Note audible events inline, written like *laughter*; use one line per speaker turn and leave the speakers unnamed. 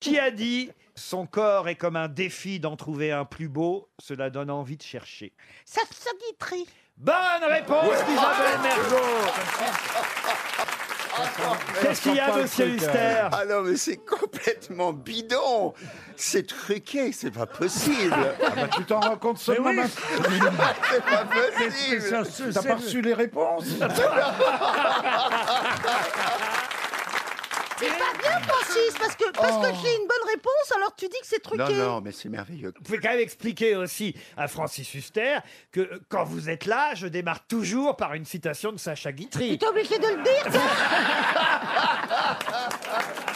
Qui a dit son corps est comme un défi d'en trouver un plus beau, cela donne envie de chercher.
Ça se dit
Bonne réponse d'Isabelle Mergo. Qu'est-ce qu'il y a, monsieur Huster
Ah non, mais c'est complètement bidon C'est truqué, c'est pas possible
Ah bah, Tu t'en rends compte seulement
oui.
maintenant.
*laughs* C'est pas
C'est
possible
ça, c'est-
T'as
c'est-
pas reçu les réponses
C'est pas bien, Francis, parce que, parce que j'ai une bonne réponse, alors tu dis que c'est
Oh. Non,
truqué.
non, mais c'est merveilleux.
Vous pouvez quand même expliquer aussi à Francis Huster que euh, quand vous êtes là, je démarre toujours par une citation de Sacha Guitry.
T'es obligé de le dire, ça